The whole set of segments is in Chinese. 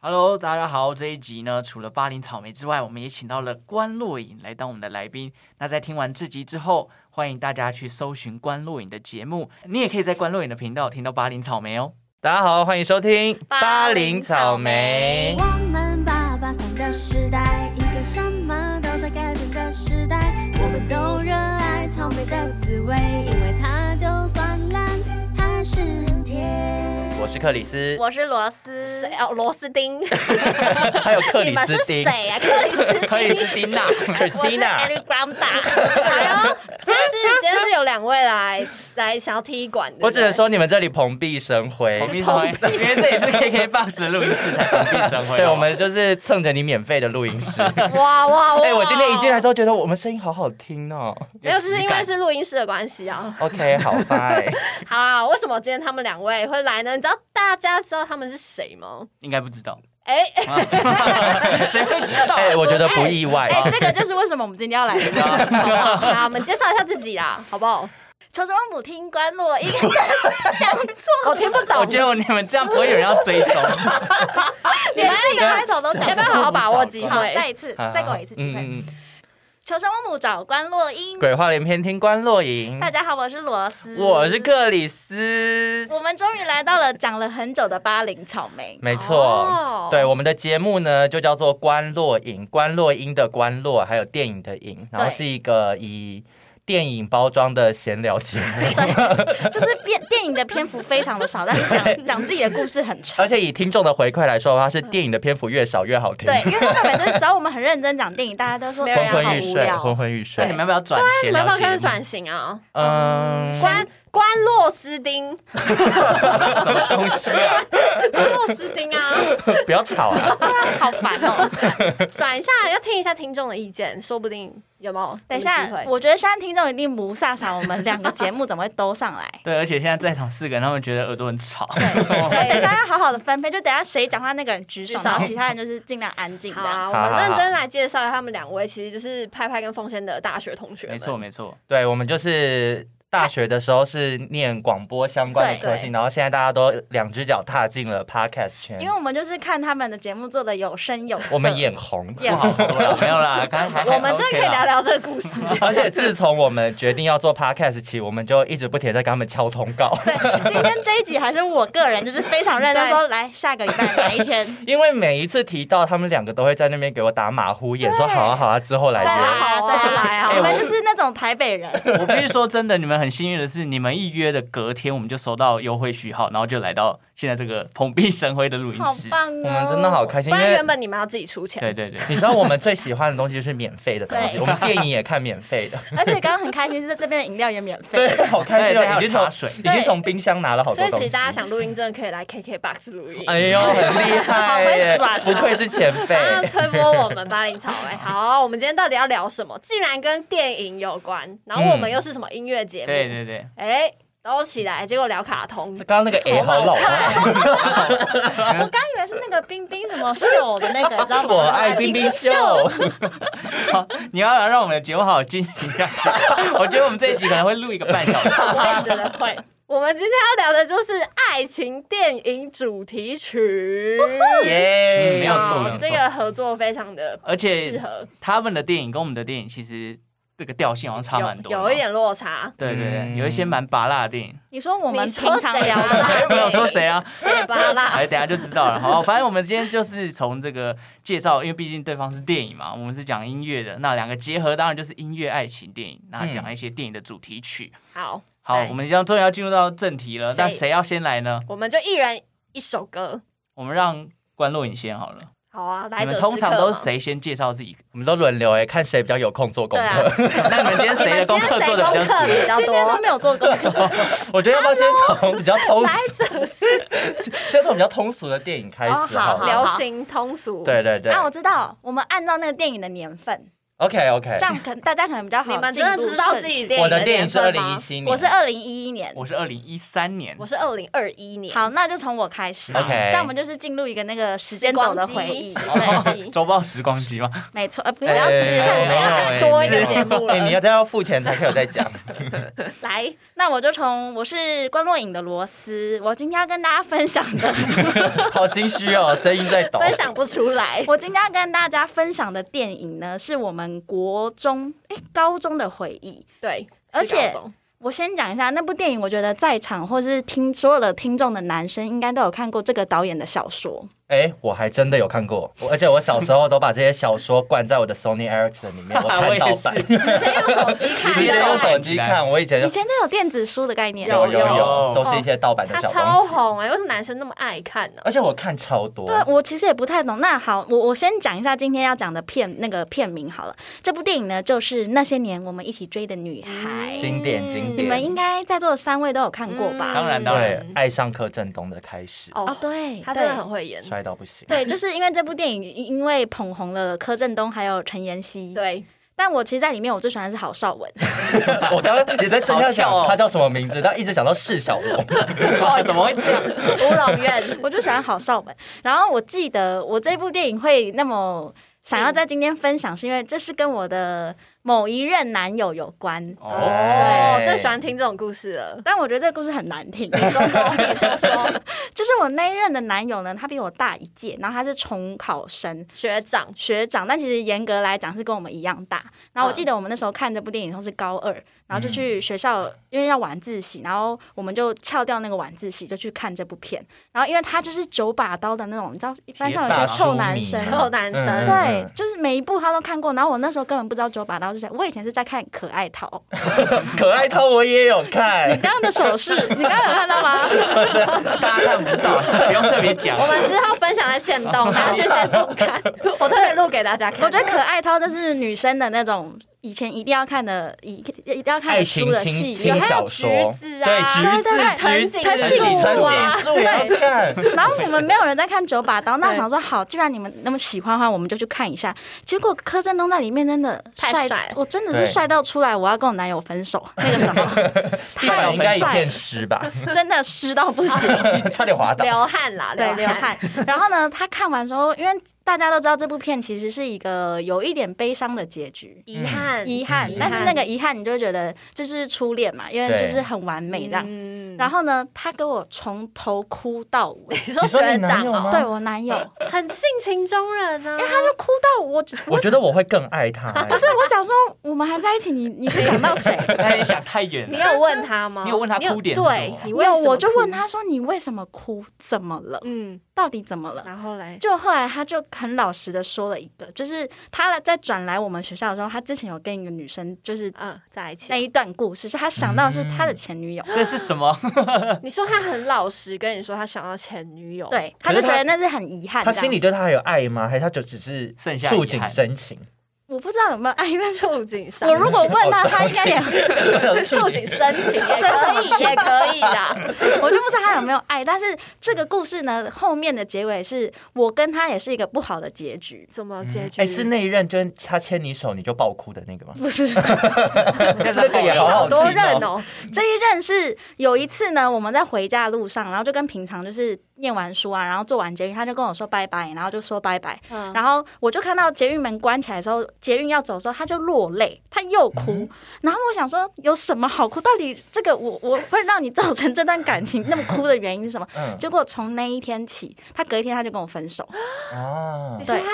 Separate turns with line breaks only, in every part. Hello，大家好！这一集呢，除了巴林草莓之外，我们也请到了关洛影来当我们的来宾。那在听完这集之后，欢迎大家去搜寻关洛影的节目，你也可以在关洛影的频道听到巴林草莓哦。
大家好，欢迎收听《
巴林草莓
巴林草莓
我们八八三的时代，一个什么都在改变的时代。我们都热爱草莓的滋味，因为它就算烂，还是很甜。
我是克里斯，
我是螺丝，
谁
哦，螺丝钉，
还有 克
你
里
们
斯
是
汀，
谁啊？克里斯汀，
哎
克里斯汀娜，
我是
Christina
Eric Granda。哎呦，今天是今天是有两位来来想要踢馆的，
我只能说你们这里蓬荜 生
我们
辉。
说，因为这也是 KKBOX 的录音室才蓬荜生辉。
对，我们就是蹭着你免费的录音 室。
对不对，哇哇 哇！
哎，我今天一进来之后觉得我们声音好好听哦。
没有，是因为
感
是录音室的关系啊。
OK，好 fine。
好啊，为什么今天他们两位会来呢？你知道大家知道他们是谁吗？
应该不知 道，
哎哎
谁会知道？
哎，我觉得不意外。
哎、这个就是为什么我们今天要来 的歌。
好，我们介绍一下自己啦，好 不好？
求求我母听关落 音，
我听不
我
懂，
觉得你们这样不会有人要追 踪。
你们这个开头都讲
要不要好好把握机
好，
会？
再一次，
好
再给我一次机
嗯
会。
嗯嗯
求生我母找关落音。
鬼话连篇，听关洛影。
大家好，我是罗
嗯
斯，
我是。克里斯。
我们终于来到了讲了很久的巴林草莓。
没错，
哦
对我们的节目呢，就叫做《关洛影》，关洛音的关洛，还有电影的影，然后是一个以电影包装的闲聊节 目，
对，就是电电影的篇幅非常的少，但是讲讲自己的故事很长
而。且以听众的回馈来说的话，是电影的篇幅越少越好听，
对，因为他们每次找我们很认真讲电影，大家都说
没有
这
昏
人
样好
昏欲睡，昏。昏欲
无聊
睡
那你。们要不要转
啊你
闲
们要不
聊
要开
节
始
目？
转型啊？
嗯，
关关洛斯丁，
什么东西啊？
关洛斯丁啊，
不要吵啊！
好烦 哦！
转一下，要听一下听众的意见，说不定有没有？
等一下，我觉得现在听众一定不飒飒，我们两个节目怎么会都上来？
对，而且现在在场四个人，他们觉得耳朵很吵。
我们等一下要好好的分配，就等一下谁讲话那个人举手
举，手
然后其他人就是尽量安静
好
这样。
啊，我
好好
们
好
认真来介绍一下他们两位，其实就是派派跟凤仙的大学同学们。
没错，没错。
对我们就是大学的时候是念广播相关的科系，然后现在大家都两只脚踏进了 podcast 圈
因，为我们就是看他们的节目做的有声有色，
我们眼红。啊
不好说了，没有啦，刚还
我们真 的可以聊
聊。
聊这个故事。
而且自从我们决定要做 podcast 起，我们就一直不停地在跟他们敲通告，
对。今天这一集还是我个人就是非常认真说，来下个礼拜哪一天，
因为每一次提到他们两个都会在那边给我打马虎眼，说好啊好啊，之后来
再
约。
来
好啊
啊，再来
我
啊！
们就是那种台北人，
我必须说真的，你们很幸运的是，你们一约的隔天，我们就收到优惠序号，然后就来到现在这个蓬荜生辉的录音
好
室。
棒哦！
我们真的好开
不
心，因
然
为
原本你们要自己出钱，
对对对，
你知道我们最喜欢的东西就是免费的 东西，
对
我们电影也看免费的，
而且刚刚很开心，是这边的饮料也免费。
对，好开心
对
哦，
还
已
有
经从
茶水。
已经从冰箱拿了好
所
多
以
东
其
西
实。大家想录音，真的可以来 KKBOX 录音。
哎呦，很厉害耶！不愧是前辈。
啊，推波我们巴林草莓。好，我们今天到底要聊什么？既然跟电影有关，然后我们又是什么音乐节目？
对对对，
哎、都起来，结果聊卡通。
刚刚那个 A 好老啊派，
我刚以为是那个冰冰什么秀的那个，你知道吗？
我爱冰冰秀。
好，你要让我们的节目好好进行下 去。我觉得我们这一集可能会录一个半小时。
我也觉得会。我们今天要聊的就是爱情电影主题曲，
耶，
嗯没有错
好
没有错
哦这个合作非常的
而且
适合，
他们的电影跟我们的电影其实这个调性好像差蛮多
有
的，
有一点 落差。
对对对，
嗯
有一些蛮拔辣的电 影。
你说我们
你
平
说
常
谁
聊
啊
的，
没有说谁啊？
是吧啦？
哎，等一下就知道了。好，反正我们今天就是从这个介绍，因为毕竟对方是电影嘛，我们是讲音乐的，那两个结合当然就是音乐爱情电影，那
嗯
讲一些电影的主题曲。
好，
好，
对
我们这样终于要进入到正题了，
谁
那谁要先来呢？
我们就一人一首歌。
我们让关洛影先好了。
好啊，来
你
者
们
是
通常
客
都
嘛
是？谁先介绍自己？
我们都轮流哎，看谁比较有空做功
对啊
课。，
那你们今天
你
谁的
们今
功
天
课
谁
做的
功
比较
课
足？
比较
今天都
多？
没有做功课。
我觉得要不要先从比较 通
来者是
先从比较通俗的电影开始
哦好
好
好
了。
流行通俗，
对对对
啊，，我知道，我们按照那个电影的年份，
OK OK，
这样可大家可能比较好
你
进入
们
顺序。
真的知道自己电影
我的电影
年
是
份
二
吗
零一？七年，
我是二零一一年。
我是二零一三年
我，是二零二一年。
好，那就从我开始。
OK
这样我们就是进入一个那个时间轴的回忆。
时
对，
光机哦
周报时光机嘛，
没错。呃，不
哎
要吃
哎
相
哎
不要
哎
再
再多一个节目了
哎，你要再要付钱才可以有再讲。
来，那我就从我是关若影的罗斯，我今天要跟大家分享的，
好心虚哦，声音在抖。
分享不出 来。
我今天要跟大家分享的电影呢，是我们国中哎高中的回忆。
对，
而
是高
且
中
我先讲一下那部电影，我觉得在场或是听所有的听众的男生应该都有看过这个导演的小说。
哎，我还真的有看过，我而且我小时候都把这些小说灌在我的 Sony Ericsson 里面，我看到版，
我也是
直接用手机看，
直接用手机看。我以前
以前就有电子书的概念，
有
有
有，都是一些盗版的
他
小
超
东西，
红哎、为什么男生那么爱看呢、
而且我看超多。
对，我其实也不太懂。那好，我我先讲一下今天要讲的片那个片名好了。这部电影呢，就是《那些年我们一起追的女
嗯
孩》，
经典经典
你们应该在座的三位都有看过吧？
当然当然，
嗯
对，爱上柯震东的开始，
哦，对，
他真的
对
很会演。
帅到不行。
对，就是因为这部电影，因因为捧红了柯震东还有陈妍希。，
对，
但我其实在里面我最喜欢的是郝邵 文，
我刚刚也在正要想
好跳哦
他叫什么名字，但一直想到释小 龙。
哇怎么会这样？
乌龙院。
我就喜欢郝邵文。然后我记得我这部电影会那么想
嗯
要在今天分享，是因为这是跟我的某一任男友有关。
哦，
哦，
对
最喜欢听这种故事了。
但我觉得这个故事很难听。
你说说，你说说，
就是我那一任的男友呢，他比我大一届，然后他是重考生
学长，
学长，但其实严格来讲是跟我们一样大。然
嗯
后我记得我们那时候看这部电影的时候是高二，然后就去学校，因为要晚自习，然后我们就翘掉那个晚自习，就去看这部片。然后因为他就是九把刀的那种，你知道班上有
铁发
些臭
淑
男
女
生。
嗯
臭男生
嗯
对，就是每一部他都看过，然后我那时候根本不知道九把刀是谁。我以前是在看《可爱桃》，
可爱涛我也有
你
看，
刚刚的手势，你刚刚有看到吗？
大家看不到，不用特别讲。
我们之后分享在线 动，大家去线动看，我特别录给大家看。
我觉得可爱涛就是女生的那种以前一定要看的，一一定要看
爱
的书
情
的
轻
戏
轻
有还有
小说，
橘子啊
对橘
对对
子
对
橘子
藤
井树
藤
啊
井树要看，
然后我们没有人在看九把刀，那我
对
想说好，既然你们那么喜欢的话，我们就去看一下。结果柯震东在里面真的
太帅了
我真的
对
是帅到出来，我要跟我男友分 手。那个时候
地板应该一
太
片
帅，
湿吧，
真的湿到不行。
差点滑倒。
流汗啦，
对，流
嗯
汗。然后呢，他看完之后，因为大家都知道这部片其实是一个有一点悲伤的结局，
遗憾，
遗憾
嗯。
但是那个遗憾，你就会觉得这是初恋嘛，因为
对
就是很完美这样。
嗯
然后呢，他给我从头哭到尾，
你说学
你说你男
长
友吗
哦，
对我男友，
对，很性情中人啊，因为
哎他就哭到我，
我
我哎
觉得我会更爱他，
不是我想说，我们还在一起，你你是想到谁？
那你想太远
你
了，
有问他吗？
嗯你有问他哭点是什
对
么，
你为
有，
什么
我就
哭
问，他说你为什么哭？怎么了？
嗯，
到底怎么了？
然后嘞，
就后来他就很老实的说了一个，就是他在转来我们学校的时候，他之前有跟一个女生就是
嗯，在一起
那。一段故事，是他想到的是他的前女
嗯
友，
这是什 么？
你说他很老实，跟你说他想到前女友，，
对，
可
他
是他
就觉得那是很遗憾。
他
这样
心里对他还有爱吗？还是他就只是
剩下遗憾
触景生 情？
我不知道有没有爱，因为
触景 伤
我如果问他，
哦
他应该也
我想
触
触
景
景
生情也可以，也可以啦。
我就不知道他有没有爱，但是这个故事呢，后面的结尾是我跟他也是一个不好的结局，
怎么结 局？
哎，是那一任就是他牵你手你就爆哭的那个吗？
不是
那个也好
哎好
好
多
听
人
哦。
哦，
这一任是有一次呢，我们在回家的路上，然后就跟平常就是念完书啊，然后做完捷运，他就跟我说拜拜，然后就说拜拜，
嗯，
然后我就看到捷运门关起来的时候，捷运要走的时候，他就落泪，他又哭，
嗯
然后我想说有什么好哭？到底这个我我会让你造成这段感情那么哭的原因是什么？
嗯
结果从那一天起，他隔一天他就跟我分手。
哦
啊
你，说
对
他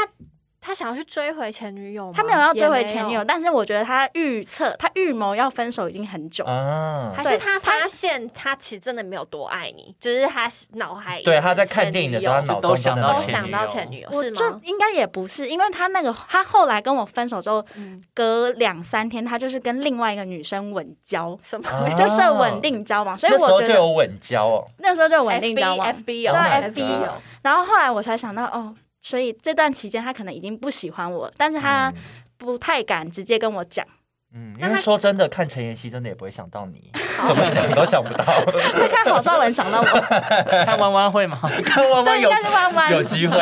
他想要去追回前女友吗？
他没有要追回前女友，
也没有，
但是我觉得他预测，他预谋要分手已经很久。
啊，
还是他发现他其实真的没有多爱你，就是他脑海
对，他在看电影的时候，他
脑
脑中真的
到
都
前女友
哦想到前女友
我
是
就
吗？嗯
应该也不是，因为他那个他后来跟我分手之后，
嗯
隔两三天他就是跟另外一个女生稳交，
什么？
啊
就是稳定交往，所以
那时候
我
就
觉得
有稳交哦。
那时候就稳
F
定
B
交往。
F B 哦有
Oh my
，F B 哦
god
有，
然后后来我才想到，哦，所 以这段期间他可能已经不喜欢我，但是他
嗯
不太敢直接跟我讲，
嗯，
那
因为
他
说真的，看陈妍希真的也不会想到 你，怎么想都想不到。
会看郝邵文想 到我，
看弯弯会吗？
看弯弯
对，应
有
该是弯弯。
有 机会，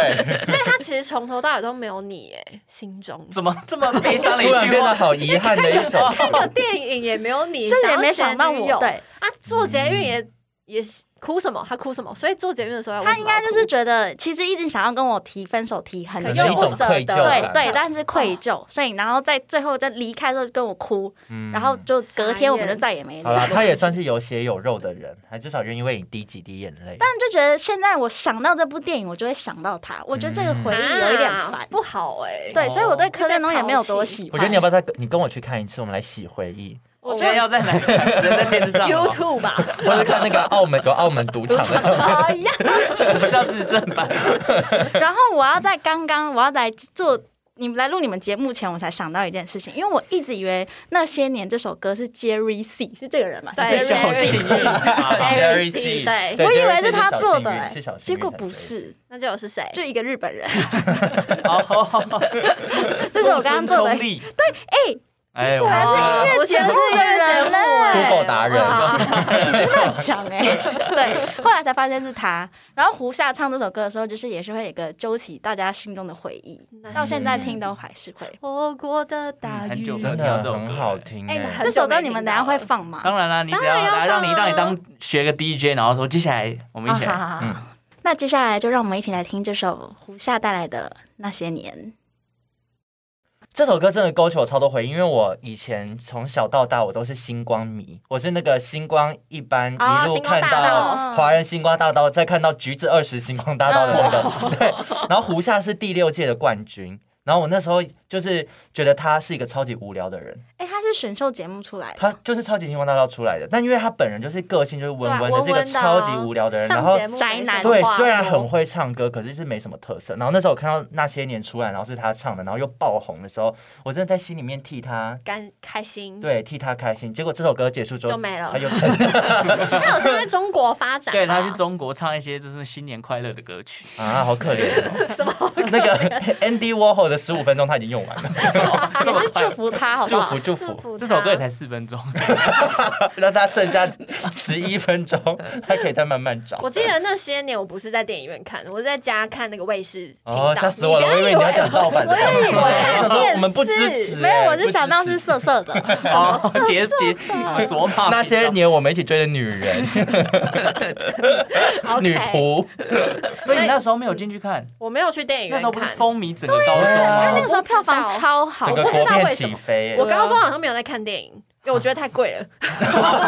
所以他其实从头到尾都没有你哎，心中
怎么这么悲伤的一
突然
句
变得
话？
好遗憾的一首歌。
看个电影也没有你，
就是也
要
没想到
前
我
女友，
对
啊，做捷运
嗯
也也是哭什么？他哭什么？所以做捷运的时候要为什
他
么
应
要
该就
哭
是觉得，其实一直想要跟我提分手，提很
可
能
久
是
又
一，
不
种
舍
愧
得，
疚
对
感
对，但是愧疚，所以然后在最后在离开的时候跟我哭，
嗯
然后就隔天我们就
傻眼
再也没
好啦，
联络。
他也算是有血有肉的人，还至少愿意为你滴几滴眼泪。
但就觉得现在我想到这部电影，我就会想到他，我觉得这个回忆有一点
啊
烦。
不好哎。
对，所以我对柯震东也没有
被
多
抛弃
喜欢。
我觉得你要不要再跟你跟我去看一次，我们来洗回 忆，
我觉得要在哪个？人在电视上吗
YouTube 吧，
或者看那个澳门有澳门赌场的。
哎呀，
我们是要自证吧？
然后我要在刚刚我要来做你们来录你们节目前，我才想到一件事情，因为我一直以为《那些年》这首歌是 Jerry C 是这个人嘛，
对
是
就是
小幸
Jerry
运
C，
吗
啊 Jerry C，
Jerry C，
对
对
我以为是他
小
做
幸
的
运
欸
是小幸
结
运
果
才
不
对
是，
那就我是谁？
就一个日本人，
哦，
这是我刚刚做的
木村。冲利
哎，
哎，
果然是
哇
音乐节目的人嘞，
Google 达人啊
哇
真的很强哎。 对，后来才发现是他。然后胡夏唱这首歌的时候，就是也是会有一个揪起大家心中的回忆，到现在听都还是会。
错过的大
嗯
雨，
很久没
真
有
的很好听
哎
欸。
很
这首歌你们等下会放吗？
当然啦，你只要
当然要
来让你
放啊
让你当学个 DJ，然后说接下来我们一起来
啊
嗯
那接下来就让我们一起来听这首胡夏带来的《那些年
这首歌真的勾起我超多回忆，因为我以前从小到大我都是星光迷，我是那个星光一般
哦
一路
星光
看
大
到
道
华人星光大道，再看到橘子二十星光大道的那个，对，然后胡夏是第六届的冠军。然后我那时候就是觉得他是一个超级无聊的人，》。
哎，他是选秀节目 出来的，
他就是超级星光大道出来的，但因为他本人就是个性就是温温的，
对啊
是一个超级无聊的人，然
上
后
节目
宅男
对
没什么话，
虽然很
说
会唱歌，可是就是没什么特色。然后那时候我看到那些年出来，然后是他唱的，然后又爆红的时候，我真的在心里面替他，
干开心。
对，替他开心。结果这首歌结束之后
嗯就没了
他又沉了
那我是在中国发展吧，
对他去中国唱一些就是新年快乐的歌曲，
啊，好可怜哦。
什么？
那个 Andy Warhol 的十五分钟他已经用完了，
这么
也是
快
祝。福他，好不
祝
好？
福祝
祝
福，
福
这首歌
他
也才四分钟，
让他剩下十一分钟，他可以再慢慢找
我。记得那些年，我不是在电影院看，我是在家看那个卫视频道。
哦，吓死我了！
你
我以为你要 讲盗版的东西，
我以为
想说
电视
我们不支持，
没有，
哎
我是想到
不
是
支持
色色的。
哦，结结什么索马
那些年我们一起追的女 人、
OK
女仆。
所以你那时候没有进去看，
我没有去电影
那
院
时候不是
看。
风靡整个高中
对啊
他
吗
那？个时候票房超好
整，个
我不
国
知道
片
为什
起
么
飞、
我
欸，
高中好像没有在看电影，因为我觉得太贵了，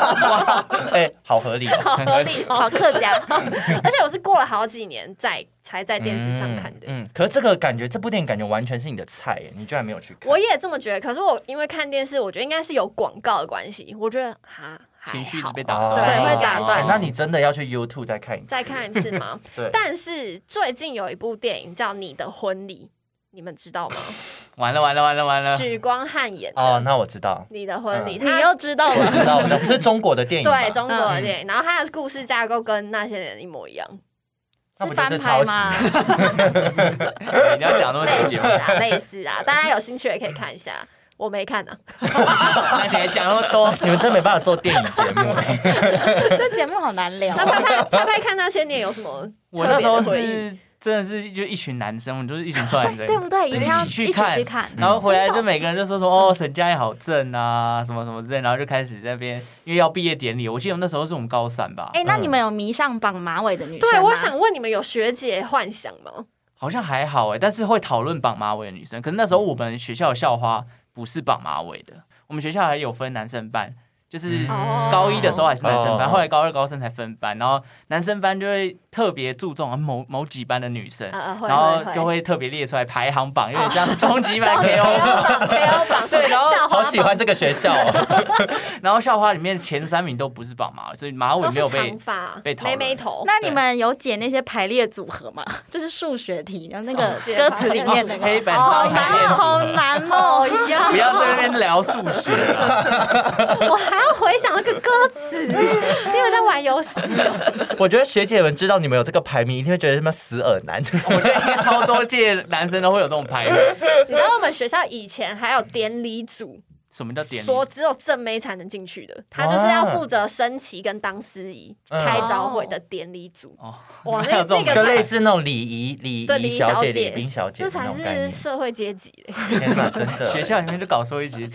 哎、好合理、哦，
好合理 哦。
好客家。
而且我是过了好几年在才在电视上看的。
嗯，嗯可是这个感觉，这部电影感觉完全是你的菜耶，你居然没有去看。
我也这么觉得，可是我因为看电视，我觉得应该是有广告的关系，我觉得哈还
情绪一直
好
被打
哦
断，
对会打断
哎那你真的要去 YouTube 再看一次，
再看一次吗？
对
但是最近有一部电影叫《你的婚礼》，你们知 道吗？
完了完了完了完了，
许光汉演的
呃哦
《
那我知道，
你的婚礼》
你
他
又知道
我
了，
知道，我知道，是中国的电影吧，嗯
对中国的电影，然后他的故事架构跟那些人一模一样，
那不
是
就
翻
是抄
拍
袭
吗
吗？？
哎你要讲那么
类
直
似
接吗？
啊，类 似啊，大家有兴趣也可以看一下。我没看呢、
那哎你还讲那么 多，
你们真没办法做电影节 目，哎
这节目好难聊
那。拍拍拍拍看那些年有什么？
我那时候是真的是就一群男生，我们就是一群臭男生，
对不对？一定要
一
一
起
起
去
去
看嗯
看。
然后回来就每个人就说说哦，沈佳宜好正啊，什么什么之类，然后就开始在那边，因为要毕业典礼，我记得那时候是我们高三吧，
哎，那你们有迷上绑马尾的女生吗？
对，我想问你们有学姐幻想吗？
好像还好哎，但是会讨论绑马尾的女生，可是那时候我们学校的校花不是绑马尾的，我们学校还有分男生班，就是
哦
高一的时候还是男生班，
哦
后来高二、高三才分班，然后男生班就会特别注重某某几班的女生
啊。啊，会
然后
会哦
就
会。
会特别列出来排行榜，有点像终极 版
K
KO
O 榜，K O 榜，
对然后
校花
好
榜
喜欢这个学校、哦，
然后校花里面前三名都不是绑马尾，所以马尾
都
没有
是
被
长发，
被讨
妹
论
妹头。
那你们有解那些排列组合吗？就是数学题，然后那个
什么
歌词里面的那个
黑板
哦
上
好
排
难
列
哦，
组
好
合。
难
哦
哦！
不
呀，
要在那边聊数学啊了，
我还要回想那个歌词，因为在玩游 戏。
我觉得学姐们知道你们有这个排名，一定会觉得什么死耳男。
我觉得应该 超多届男生都会有这种排位。
你知道我们学校以前还有典礼组，
什么叫典礼？
说只有正妹才能进去的，他就是要负责升旗跟当司仪、
嗯
开朝会的典礼组。
哦，
哇，
还有
那
这种
那个
就类
才
似那种礼仪礼
对
仪
礼仪
小
小
姐、
姐
礼宾小姐
这
那
才
种概
是
念。
社会阶级嘞。
天哪，真的
学校里面就搞收一集。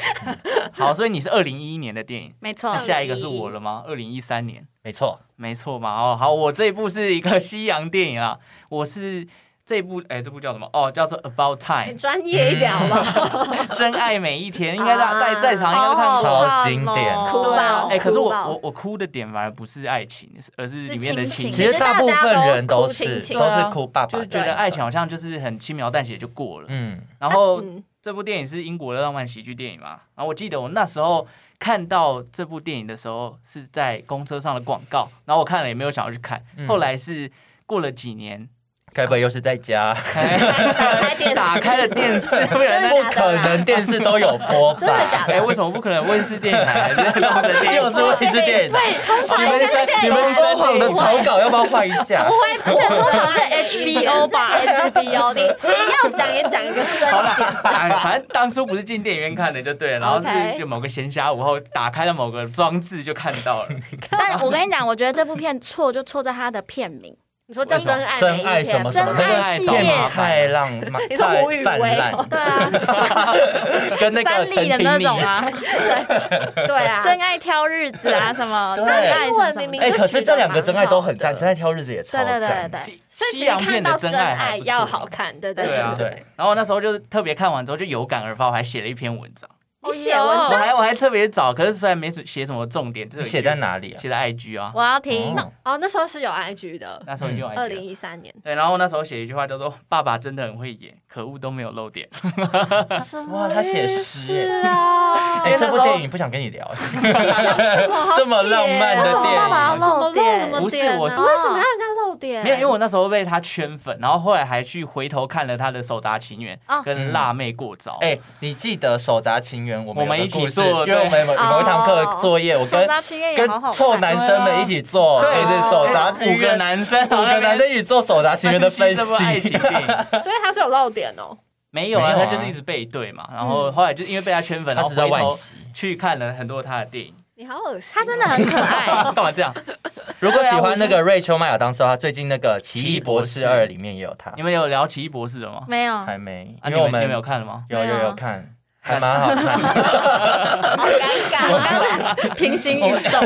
好，所以你是二零一一年的电影，
没
那
错，
下一个是我了吗？二零一三年，
没错，
没错嘛。哦，好，我这一部是一个西洋电影啊，我是这一部，哎，这部叫什么？哦，叫做《About
很
Time
专业一点好不好？》，
真爱每一天，应该大
啊哦
在在场应该都看过。
超经
哦
典
哭
对啊
爆，
哎，可是我
哭爆
我我哭的点反而不是爱情，是而是里面的
是
情
亲
绪
其
情
实大部分人都
其
是
实大
家都
都
是哭亲情
是哭爸爸
就
的，
是觉得爱情好像就是很轻描淡写就过了。
嗯，
然后
嗯
这部电影是英国的浪漫喜剧电影嘛？然后我记得我那时候看到这部电影的时候是在公车上的广告，然后我看了也没有想要去看。
嗯
后来是过了几年，
该不会又是在家？
打开电视，
打 开了电视，不然
真
那
的
不
假
可
的啦
能，电视都有播
真的假
吧？
哎，
的？
为什么不可能？卫视电影台 还是浪漫的电
又
影？哦
说一视电影台，
通常
你们
哎
三你们说谎的草稿要不要换一下？
不会，
通常是 HBO 吧
，HBO，你你要讲也讲一个真
好了
的，，
哎反正当初不是进电影院看的就对了，然后
OK
是就某个闲暇午后打开了某个装置就看到了。
但我跟你讲，我觉得这部片错就错在它的片 名，
你说叫真爱每
真
一
爱
天
什么什么？
真爱
那
系
个
列
片名太浪漫，
你说胡宇
太
威
泛滥
哦，
对啊，
跟那
三
个陈
立的
婷
那
妮
种啊，
对啊，
真爱挑日子啊，什么
对
真爱什么
英文明明
哎、
就
可
取
是
得
这两个
蛮
真爱都很
好
赞，
的
真爱挑日子也超
对对对
赞。
对
西
哎所以其
西
实
洋
看
片
到
的
真
真
爱
爱
要
还不错
好看，对
对啊
对。
对，
然后那时候就是特别看完之后就有感而发，我还写了一篇文章。
你写文
我
哎
章
还我还特别找，可是虽然没写什么重点，这
你写在？哪里啊？
写在 IG 啊
我，要听，
哦
哦，那时候是有 IG 的，
那时候已经有
嗯二
IG
零
了。
一三年，
对，然后那时候写一句话叫做“爸爸真的很会演，可恶都没有漏点
哇，他写诗耶！
啊
哎、
因为
这
那
部
时候
电影不想跟你聊，
这
这么浪漫的
为什么爸爸要
电影，
漏点？
什么
不是
点啊
我是
为什么要人家露”。点？
没有，因为我那时候被他圈粉，然后后来还去回头看了他的《手札情缘》
啊
哦
跟《辣妹过招》。
哎、你记得《手札情缘》我们
我们
有
一
个
起
故事
做
因为我们有某某一堂课的作业，我
哦手
跟
札情缘也好好
跟
看
臭男生们一起做，
对
就是《手札情
五个
缘》
男生，
五个男生一起做《手札情缘》的分
这部爱情
析。
电影
所以他是有露点哦，
没有
没
啊，
有啊嗯
他就是一直背对嘛。然后后来就因为被他圈粉，然
他
后
是在
回
惋
头
惜。
去看了很多他的 电影。
你好恶心
他
哦，
真的很可爱，
干嘛这样？
如果喜
啊
欢那个瑞秋麦亚当斯的话，最近那个《奇异博士二》里面也有他
你，们有聊《奇异博士》的吗？
没 有
还没，
啊，
因
你
为我
们你
们
们有看了吗？
有
没有啊
有有看，还蛮好看的。
好尴尬。我刚
平行宇宙，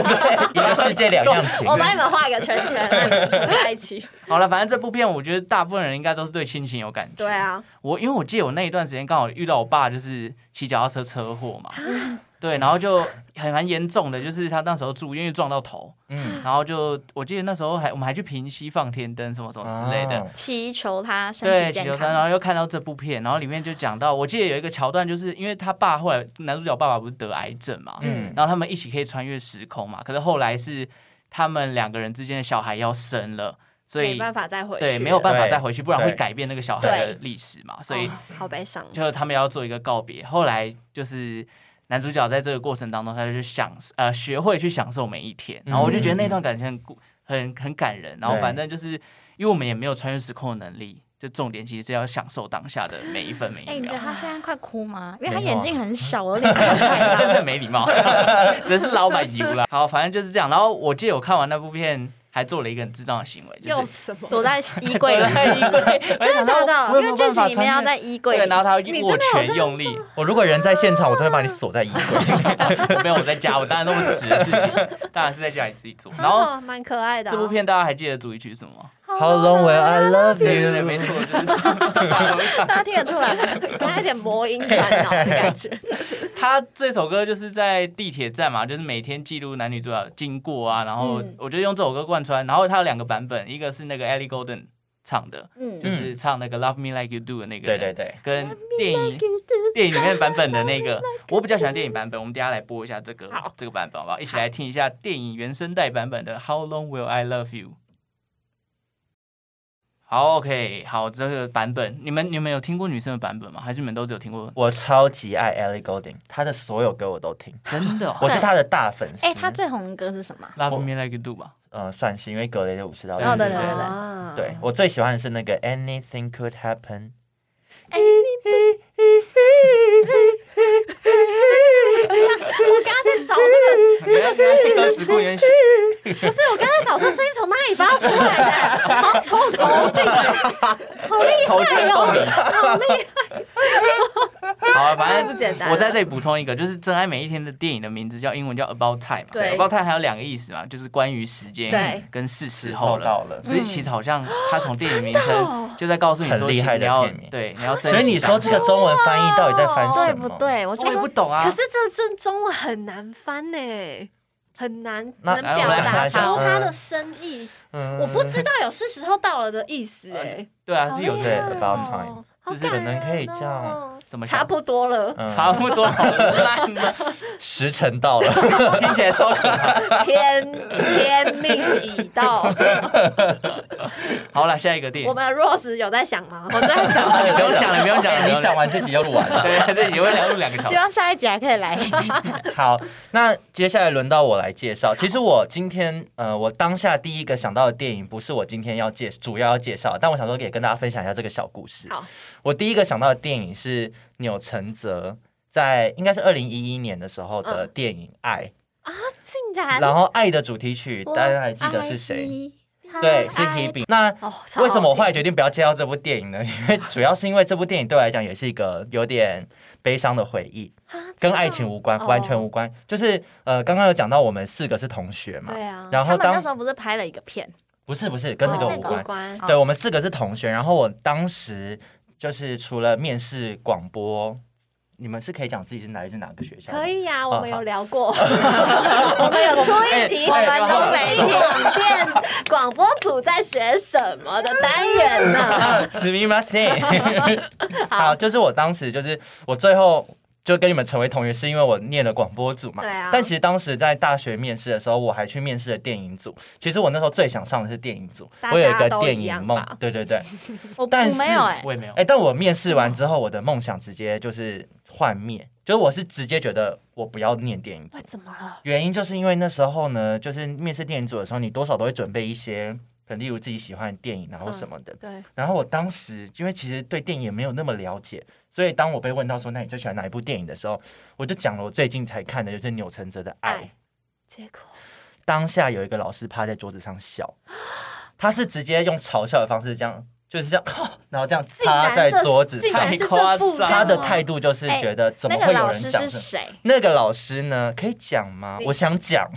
一个世界两样情
我，帮你们画一个圈圈，让你们合在一起。
好了，反正这部片我觉得大部分人应该都是对亲情有感觉。
对，啊，
我因为我记得我那一段时间刚好遇到我爸，就是骑脚踏车车祸 嘛，对，然后就很蛮严重的，就是他那时候住院因为撞到头，
嗯
然后就我记得那时候还我们还去平西放天灯什么什么之类的。
哦
祈求 他身
对，
体
祈
健
求山，
康。
然后又看到这部片，然后里面就讲到，我记得有一个桥段，就是因为他爸后来男主角爸爸不是得癌症嘛，
嗯，
然后他们一起可以穿越时空嘛。可是后来是他们两个人之间的小孩要生了，所
啊没
以
办法再回去，
对没有办法
对
再回去，不然会
对
改变那个小孩的
对
历史嘛。所以
哦好悲伤。
就是他们要做一个告别。后来就是男主角在这个过程当中，他就去享呃学会去享受每一天。然后我就觉得那段感情很故很很感人。然后
对
反正就是因为我们也没有穿越时空的能力。就重点其实是要享受当下的每一分每
哎，
一
你
秒
觉得，他现在快哭吗？因为他
没有啊
眼睛很小，我有啊点看 不太
真
到。
是很没礼貌，只是老板油了。好，反正就是这样。然后我记得我看完那部片，还做了一个很智障的行为，就
又
是
什么？
躲在衣柜 里，
在衣柜，我就
真的
想
假
说
的？
我有没
因为
有
剧
办
情
法
里面要
穿越
在衣柜
对，
里
然。后他
你
握
真的有
拳
这样
用力，
我如果人在现场，我真的把你锁在衣 柜。
没有我在家，我当然那么死的事情，当然是在家里自己做。然后
哦蛮可爱的啊。
这部片大家还记得主题曲是什么吗？
How
啊
long will I love
对对对，没
you？
错， 就是
大家听得出来，
加一点魔音传脑的感觉。
他这首歌就是在地铁站嘛，就是每天记录男女主角经过啊，然后
嗯
我就用这首歌贯穿。然后它有两个版本，一个是那个 Ellie Golden 唱的，
嗯
就，是唱那个 Love Me Like You Do 的那个
对
人，
对对，
跟电影电影里面版本的那个，我比较喜欢电影版本。我们等一下来播一下这个
好
这个版本，好不好？一起来听一下电影原声带版本的《How Long Will I Love You》。好，OK，好，这个版本你们你们有听过女生的版本吗？还是你们都只有听过？
我超级爱 Ellie Goulding，她的所有歌我都听，
真的、
我
哦、
是她的大粉丝。
哎，他最红的歌是什么？
，Love Me Like You Do 吧？
呃算是因为格雷的五十道
哦对对
对对
啊
对我最喜欢的是那个 Anything Could Happen。
我刚刚在找这个，这个声音
歌
是
词库原
不是我刚才找这声音从哪里发出来的？好像从头顶，好厉
头进
害
洞里
哦，。 好厉害！
好啊，反
太不简单
正
了
我在这里补充一个，就是《真爱每一天》的电影的名字叫英文叫 About Time，嘛
对
，About Time 还有两个意思嘛，就是关于时间
对嗯
跟是时
时
候
候
了。
到了。
所以其实好像他从电影名称就在告诉你
很
说，其
厉害
实
的
你要
片名
对你要珍惜
所以你说
当
这
下
个中文翻译到底在翻
对
什
不
么？。
对？我就
我也
说
不懂啊。
可是这这中文很难翻呢，很难
那
能
来
表
我来
达
看一
出
下
它
嗯
的深意。
嗯
我不知道有是时候到了的意思哎，
对啊，是有
好
这
厉害
个
对
字
吧 about
哦
time
好
就是
感
可能可以
人
这样
哦
怎么想
差不多了，
嗯
差不多好烂的，
时辰到了，
听起来超可怕。
天天命已到。
好了，下一个电
我
影，
们的 Rose 有在想 吗？哦
我在想，不用讲了，不用 讲了，
你想 完这集就录 完了。
对，这也会聊两个小
希望
时。
下一集还可以 来。
好，那接下来轮到我来介绍。其实我今天，呃，我当下第一个想到的电影不是我今天要介主要要介绍的，但我想说也跟大家分享一下这个小故事。
好，
我第一个想到的电影是钮承泽在应该是二零一一年的时候
嗯
的电影《爱
竟》，然
然后《爱》的主题曲
我
大家还记得是谁？
爱
对，是
爱
Hebe。那
哦，超好
为什么我后来
听
决定不要介绍这部电影呢？ 因为主要是因为这部电影对我来讲也是一个有点悲伤的回忆，
啊
跟爱情无关，
哦
完全无关。就是呃，刚刚有讲到我们四个是同学嘛，
对啊，
然后
他们那
当
时候不是拍了一个片，
不是不是跟这个
哦
无关，
关
哦
对我们四个是同学。然后我当时就是除了面试广播，你们是可以讲自己是来自哪个学校的吗，
可以呀，
哦
我们有聊过， 我们有出一集
哎哎
中美缅甸广播组在学什么的单 元 呢？
啊，死命吗？好，就是我当时就是我最后就跟你们成为同学，是因为我念了广播组嘛。
对啊
但其实当时在大学面试的时候，我还去面试了电影组。其实我那时候最想上的是电影组，
大家
我有一个
都
电
一
影
样
梦
吧。
对对对，
我我
但是
没有哎，
我也没有
哎、，但我面试完之后，我的梦想直接就是幻灭，就是我是直接觉得我不要念电影组
喂，。怎么了？
原因就是因为那时候呢，就是面试电影组的时候，你多少都会准备一些，可能例如自己喜欢的电影，
嗯
然后什么的。
对，
然后我当时因为其实对电影也没有那么了解，所以当我被问到说那你最喜欢哪一部电影的时候，我就讲了我最近才看的就是钮承泽的《爱》
爱结果
当下有一个老师趴在桌子上笑，他是直接用嘲笑的方式这样，就是这样， 然后这样
竟然
趴在
这
桌子
竟
上
然。是
太夸
这部
张
他的
了
态度就是觉得怎么
那
会
个
有
老
人
师
讲
是
这种？
谁？
那个老师呢？可以讲吗？
你
我想讲，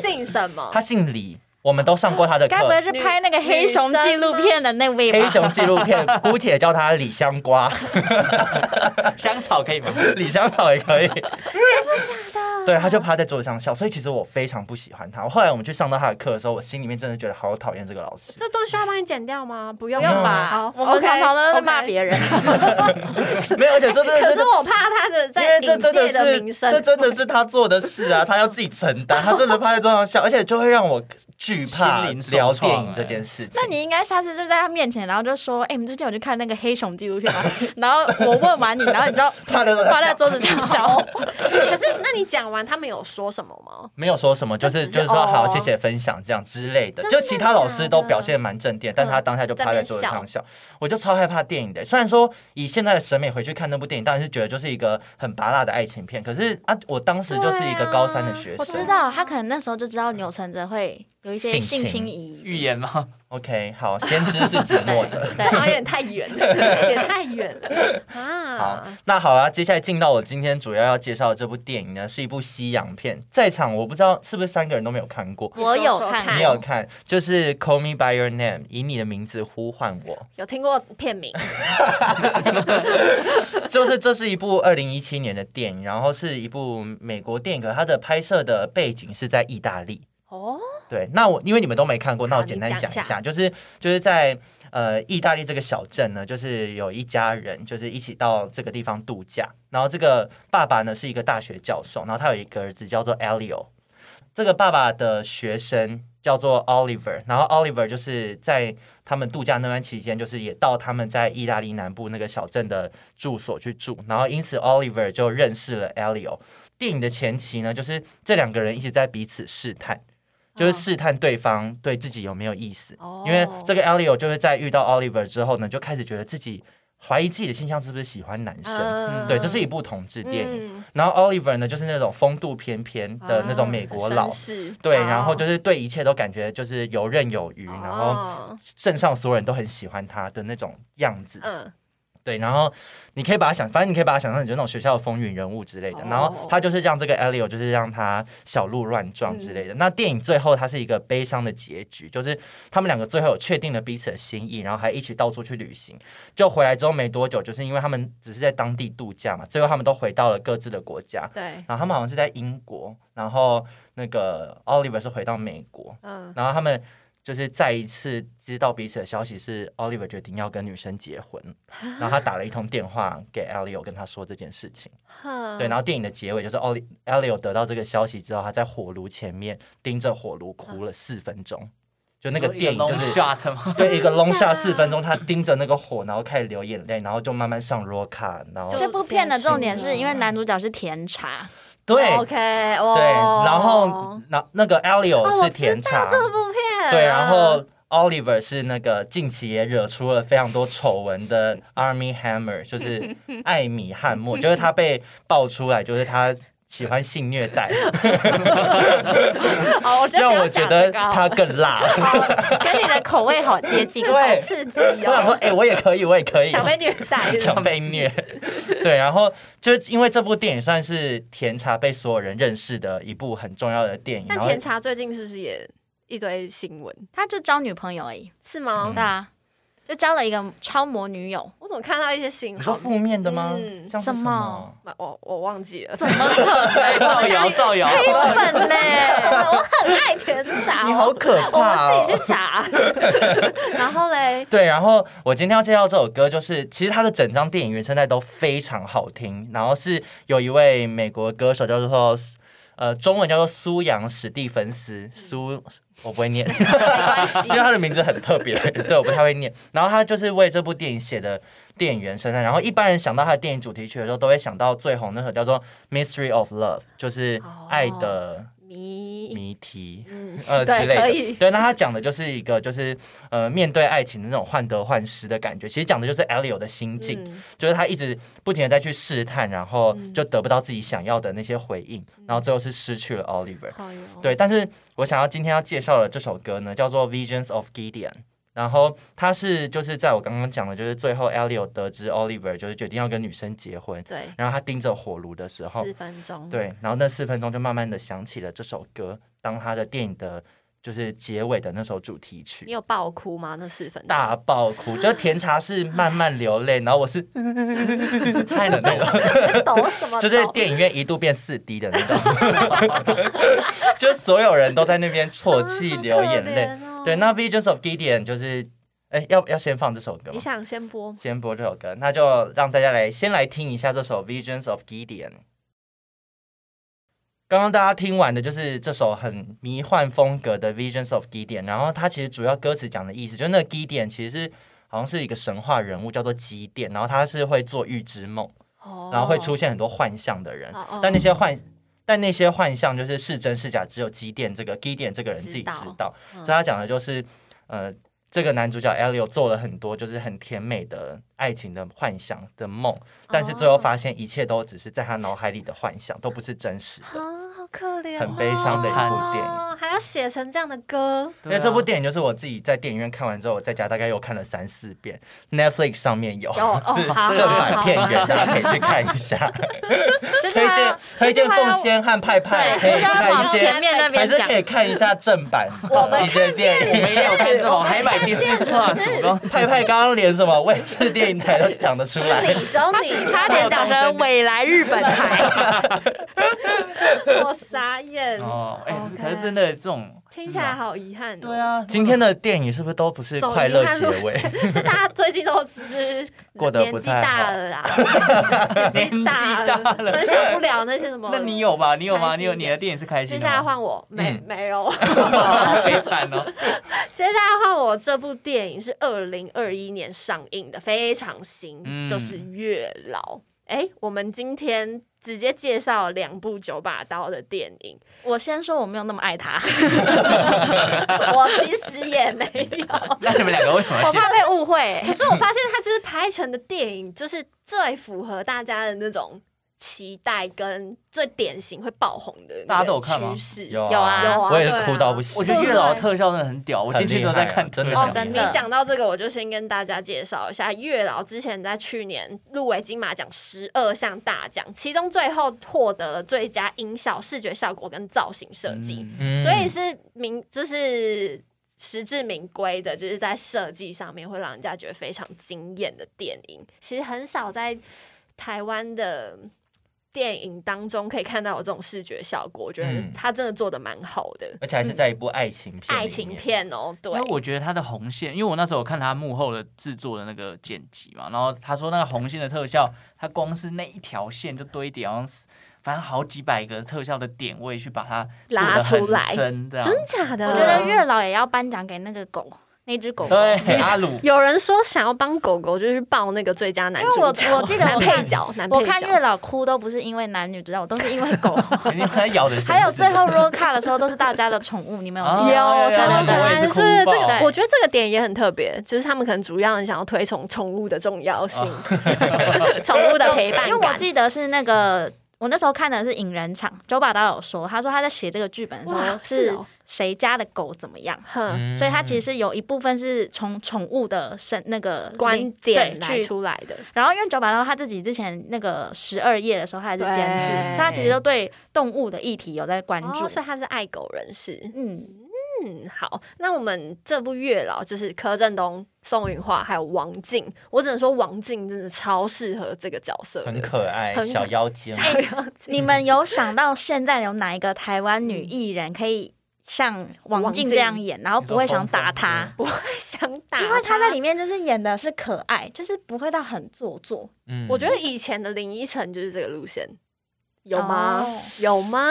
姓什么
他？姓李，我们都上过他的
哦该不会
课。
是拍那个黑熊纪录片的那位吧？
黑熊纪录片，姑且叫他李香瓜。
香草可以 吗？
李香草也可以，真的假的？ 对，他就趴在桌子上笑，所以其实我非常不喜欢他。后来我们去上到他的课的时候，我心里面真的觉得好讨厌这个老师。
这段需要帮你剪掉吗？不用
不用
好
吧，我们
OK，
常常都在
OK
骂别 人。
没有，而且这真的
可
是
是，我怕他
因
的
为
在
这
影
真的
界的名
是，这
声，
真的是他做的事啊，他要自己承担。他真的趴在桌子上 笑，而且就会让我惧怕
心灵受
聊
创
电影这件事情
那。你应该下次就在他面前，然后就说：“哎、你最近有去看那个黑熊纪录片吗？”然后我问完你，然后你就
趴在桌子上 笑，
趴在桌子上哦笑。
可是那你讲完，他们有说什么 吗？
没有说什么，就是
就只是
就是说好，
哦
谢谢分享这样之类的。
真的
就其他老师都表现得蛮正点，但
嗯
他当下就趴在桌子
在那
上
边
笑，我就超害怕电影的。虽然说以现在的审美回去看那部电影，当然是觉得就是一个很拔辣的爱情片，可是啊，我当时就是一个高三的
啊
学
我知
生。
道他可能那时候就知道钮承泽会有一些
性
性
侵
侵疑。
预言吗？
OK，好，先知是寂寞的。
这好像有点太远了，也太远了
好
啊！，
那好啊，接下来进到我今天主要要介绍的这部电影呢，是一部西洋片。在场我不知道是不是三个人都没有看过，
我有看
你说说看
你有看？就是《Call Me by Your Name》，以你的名字呼唤我。
有听过 片名？
就是这是一部二零一七年的电影，然后是一部美国电影，可它的拍摄的背景是在意大利。
哦，
对，那我因为你们都没看过，那我简单
你
讲
讲
一
一
下，
下
就是就是在呃意大利这个小镇呢，就是有一家人就是一起到这个地方度假，然后这个爸爸呢是一个大学教授，然后他有一个儿子叫做 Elio，这个爸爸的学生叫做 Oliver，然后 Oliver 就是在他们度假那段期间，就是也到他们在意大利南部那个小镇的住所去住，然后因此 Oliver 就认识了 Elio。电影的前期呢，就是这两个人一直在彼此试探。就是试探对方对自己有没有意思。
嗯哦
因为这个 Elio 就是在遇到 Oliver 之后呢，就开始觉得自己怀疑自己的性向是不是喜欢男生。
嗯
对，这是一部同志电影。
嗯
然后 Oliver 呢，就是那种风度翩翩的那种美国佬，
啊绅士
对，
哦
然后就是对一切都感觉就是游刃有余，然后
哦
镇上所有人都很喜欢他的那种样子。
嗯
对，然后你可以把他想，反正你可以把他想象成就那种学校的风云人物之类的。
哦
然后他就是让这个 Elio，就是让他小鹿乱撞之
嗯
类的。那电影最后它是一个悲伤的结局，就是他们两个最后有确定了彼此的心意，然后还一起到处去旅行。就回来之后没多久，就是因为他们只是在当地度假嘛，最后他们都回到了各自的国家。
对
然后他们好像是在英国，然后那个 Oliver 是回到美国，
嗯
然后他们就是再一次知道彼此的消息是 Oliver 决定要跟女生结婚，
啊
然后他打了一通电话给 Elio 跟他说这件事情。
嗯
对，然后电影的结尾就是 Oli Elio 得到这个消息之后，他在火炉前面盯着火炉
嗯
哭了四分钟，就那个电影就
long
是。
shot 吗？
对，一个 long
真的
shot 四 分钟，他盯着那个火，然后开始流眼泪，然后就慢慢上 roll 卡，然后
这部片的重点是因为
嗯
男主角是甜 茶，
对
OK
对，
哦
然后那那个 Elio 是甜茶，
这部片
对，然后 Oliver 是那个近期也惹出了非常多丑闻 的 Army Hammer，就是艾米汉默， 就是他被爆出来，就是他喜欢性虐待，
哦，我觉得
让
不要
我觉
讲
得
这个哦
他更辣。
跟你的口味好接近。
对
好刺激
我想说，
哦，
哎、我也可以，我也可以。
想被虐 待，是不是
想被虐，对，然后就是因为这部电影算是甜茶被所有人认识的一部很重要的电影，
但
然后
甜茶最近是不是也一堆新闻？
他就交女朋友而已，
是吗？
嗯
对啊，就交了一个超模女友，
我怎么看到一些新
你说
闻？
负面的吗？
嗯
像是
什
什
么
么？
我我忘记了，
对，造谣造谣，
粉 嘞，
我很爱甜茶，
你好可怕、哦！
我自己去 查。然后嘞，
对，然后我今天要介绍这首歌，就是其实它的整张电影原声带都非常好听，然后是有一位美国歌手叫做呃中文叫做苏阳史蒂芬斯苏。我不会念， 因 为他的名字很特别，对，我不太会念。然后他就是为这部电影写的电影原声带。然后一般人想到他的电影主题曲的时候，都会想到最红那首叫做《Mystery of Love》，就是爱的
迷，
谜题。
嗯，
呃之
对
类
可
的
以。
对，那他讲的就是一个就是呃面对爱情的那种患得患失的感觉，其实讲的就是 Elio 的心境，
嗯
就是他一直不停的在去试探，然后
嗯
就得不到自己想要的那些回应，然后最后是失去了 Oliver。
好哟，
对，但是我想要今天要介绍的这首歌呢，叫做《Visions of Gideon》。然后它是就是在我刚刚讲的，就是最后 Elio 得知 Oliver 就是决定要跟女生结婚，
对，
然后他盯着火炉的时候，
四分钟，，
对，然后那四分钟就慢慢的响起了这首歌，当他的电影的就是结尾的那首主题
你
曲，
有爆哭吗？那四分钟，
大爆哭，就是甜茶是慢慢流泪，然后 我是差点那个，
抖什么 抖？
就是电影院一度变四 D 的那种， 就是所有人都在那边啜泣流眼泪。
啊好可怜哦
对，那 Visions of Gideon 就是，哎，要要先放这首歌
你
吗？
想先播吗？
先播这首歌，那就让大家来先来听一下这首《Visions of Gideon》。刚刚大家听完的就是这首很迷幻风格的《Visions of Gideon》，然后它其实主要歌词讲的意思，就是那个 Gideon 其实是好像是一个神话人物，叫做基甸，然后他是会做预知梦，
哦
然后会出现很多幻象的人，
哦哦
但那些幻。但那些幻象就是是真是假，只有基甸这个基甸这个人自己
知道
知道。
嗯
所以他讲的就是，呃，这个男主角 Elio 做了很多就是很甜美的爱情的幻想的梦，但是最后发现一切都只是在他脑海里的幻想，都不是真实的。
啊，好可怜哦，
很悲伤的一部电影
哦还要写成这样的 歌，
因为这部电影就是我自己在电影院看完之后，我在家大概又看了三四遍，Netflix 上面有，
有哦
是
好
正
好
版
好
片源，大家可以去看一下。
啊 就是
推荐
他
推荐凤仙和派派，
对，
可以
就是他
看
往
一
前
些，
面那
还
边
是
讲
可。以看一下正 版的一些电
我
影。
们也有看这种，还买 Disney Plus 什么东西，
派派刚刚连什么卫视电影台都讲得出来，
是你，只有你，
差点讲成未来日 本台，
我傻眼，
哦，哎、
OK
可是真的这种
听起来，好遗憾
真
哦。
的对啊，
今天的电影是不是都不是
走
快
遗
乐
憾
结
路
尾？
线， 是大家最近都只是
过得不
年纪
太
大
好
了啦， 年纪大
年纪大
了，
了
分享不了那些什么。
那你有吧？你有吗？
开心一点
你有你的电影是开心
接
的
下来
吗？
换我，没
嗯
没有。
好悲惨哦，
接下来换我，这部电影是二零二一年上映的，非常新，
嗯
就是《月老》。哎，我们今天直接介绍两部九把刀的电 影，
我先说我没有那么爱他，
我其实也没有，
那你们两个为什么要
我
介绍
怕被误会、
可是我发现他就是拍成的电影，就是最符合大家的那种期待跟最典型会爆红的那个
大家都有看吗
趋势。
有
有啊
有啊
我也
对
是
啊
哭到不行。
我觉得
对
月
对
老特效真的很屌，我进去都在看
很
特
厉害
效
啊真
的
你讲到这个，我就先跟大家介绍一下月老之前在去年入围金马奖十二项大奖，其中最后获得了最佳音效、视觉效果跟造型设计，
嗯
嗯
所以是名就是实至名归的，就是在设计上面会让人家觉得非常惊艳的电影。其实很少在台湾的电影当中可以看到有这种视觉效果，我觉得
嗯
他真的做的蛮好的。
而且还是在一部爱情片里面，
爱情片哦，对
因，为我觉得他的红线，因为我那时候有看他幕后的制作的那个剪辑嘛，然后他说那个红线的特效，他光是那一条线就堆叠，好像是反正好几百个特效的点位去把它做得
拉出
很
来
真啊这样。
真假的？
我觉得月老也要颁奖给那个狗，那只狗狗。
哦
对，阿 鲁
有人说想要帮狗狗，就是报那个最佳男主角，
因为我我记得
男
我
配
看
角，男
我
配
看月
角。
老哭都不是因为男女主角，我都是 因为狗。
肯定他咬的绳子。
还有最后 roll card 的时候都是大家的宠物，你们有记
啊
得？
有
对
超
对
可
对
爱，
也是
所
哭
以这
爆
个
对
我觉得这个点也很特别，就是他们可能主要很想要推崇宠物的重要性，
哦
宠物的陪伴
因为我
感。
记得是那个。我那时候看的是《引人场》，九把刀有说，他说他在写这个剧本的时
哇
候
是
是
哦
谁家的狗怎么样，
嗯
哼，
嗯
所以他其实
实
是有一部分是从宠物的身那个
观
领
点
对
来
去。
出来的，
然后因为九把刀他自己之前那个十二页的时候，他还是监制，所
对
以他其实都对动物的议题有在关注。
哦，所以他是爱狗人士。
嗯，
嗯，好，那我们这部月老就是柯震东、宋云桦还有王静，我只能说王静真的超适合这个角色的，
很可爱，
很可
小妖精，
超有劲
哎 你们有想到现在有哪一个台湾女艺人可以像王
王
静
静
这样演，然后不会想打她？
不会想打，
因为她在里面就是演的是可爱，就是不会到很做作，
嗯
我觉得以前的林依晨就是这个路线，有
有
吗？
吗？
有吗？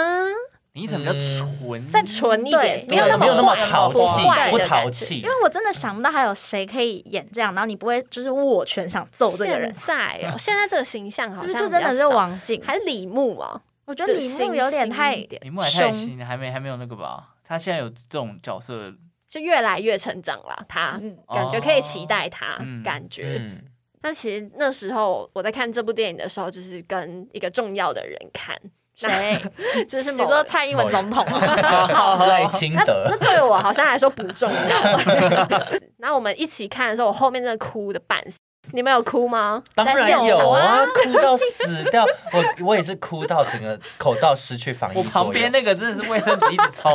你怎么比
嗯
较纯？
再纯一点
对，
有那
没有那么
坏
淘
不坏
气，不
的
淘
感觉。
气
因。为我真的想不到还有谁可以演这样，然后你不会就是握拳想揍这个人
现，在 哦，现在这个形象
是
好
不是
像
就真的
比
是
较少，
王静？
还是李牧啊？
我觉得李牧有点
就新一
太
点
你木还太
凶
新，还没还没有那个吧？他现在有这种角色的，
就越来越成长了。他
嗯
感觉可以期待他
嗯，
感觉
嗯，
那其实那时候我在看这部电影的时候，就是跟一个重要的人看，
谁？
就是
你
某
说蔡英文总统啊吗？
赖清
那
德，
对我好像来说不重要。那我们一起看的时候，我后面真的哭的半死。你们有哭吗？
当
在现
然
场
有啊，哭到死掉。我我也是哭到整个口罩失去防疫
我
作用。
旁边那个真的是卫生纸一直 抽，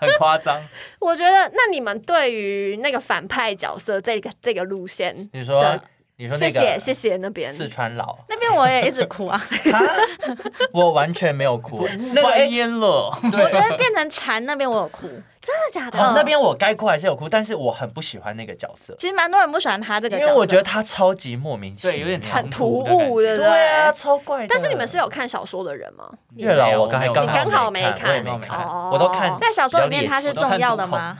很夸张。
我觉得，那你们对于那个反派角色这个这个路线，
你说
对
你说
谢
那
谢
个
谢谢那边，
四川佬，
那边我也一直哭啊，
我完全没有 哭。那个
换
哎，
烟了，
我
对
觉，得变成蝉那边我有 哭，嗯
真的假的？
好，那边我该哭还是有哭，但是我很不喜欢那个角色，
其实蛮多人不喜欢他这个
因
角色，
为我觉得他超级莫名其妙，
对，有点
很
突
突兀
的
对
的，不
啊，超怪的。
但是你们是有看小说的人吗？
感觉。
月老，我刚才
没有
刚
没有
刚好
没
没
看，我也没
看
看
哦，
我都看
在小说里面他是
我都看
重要的
渡口
吗？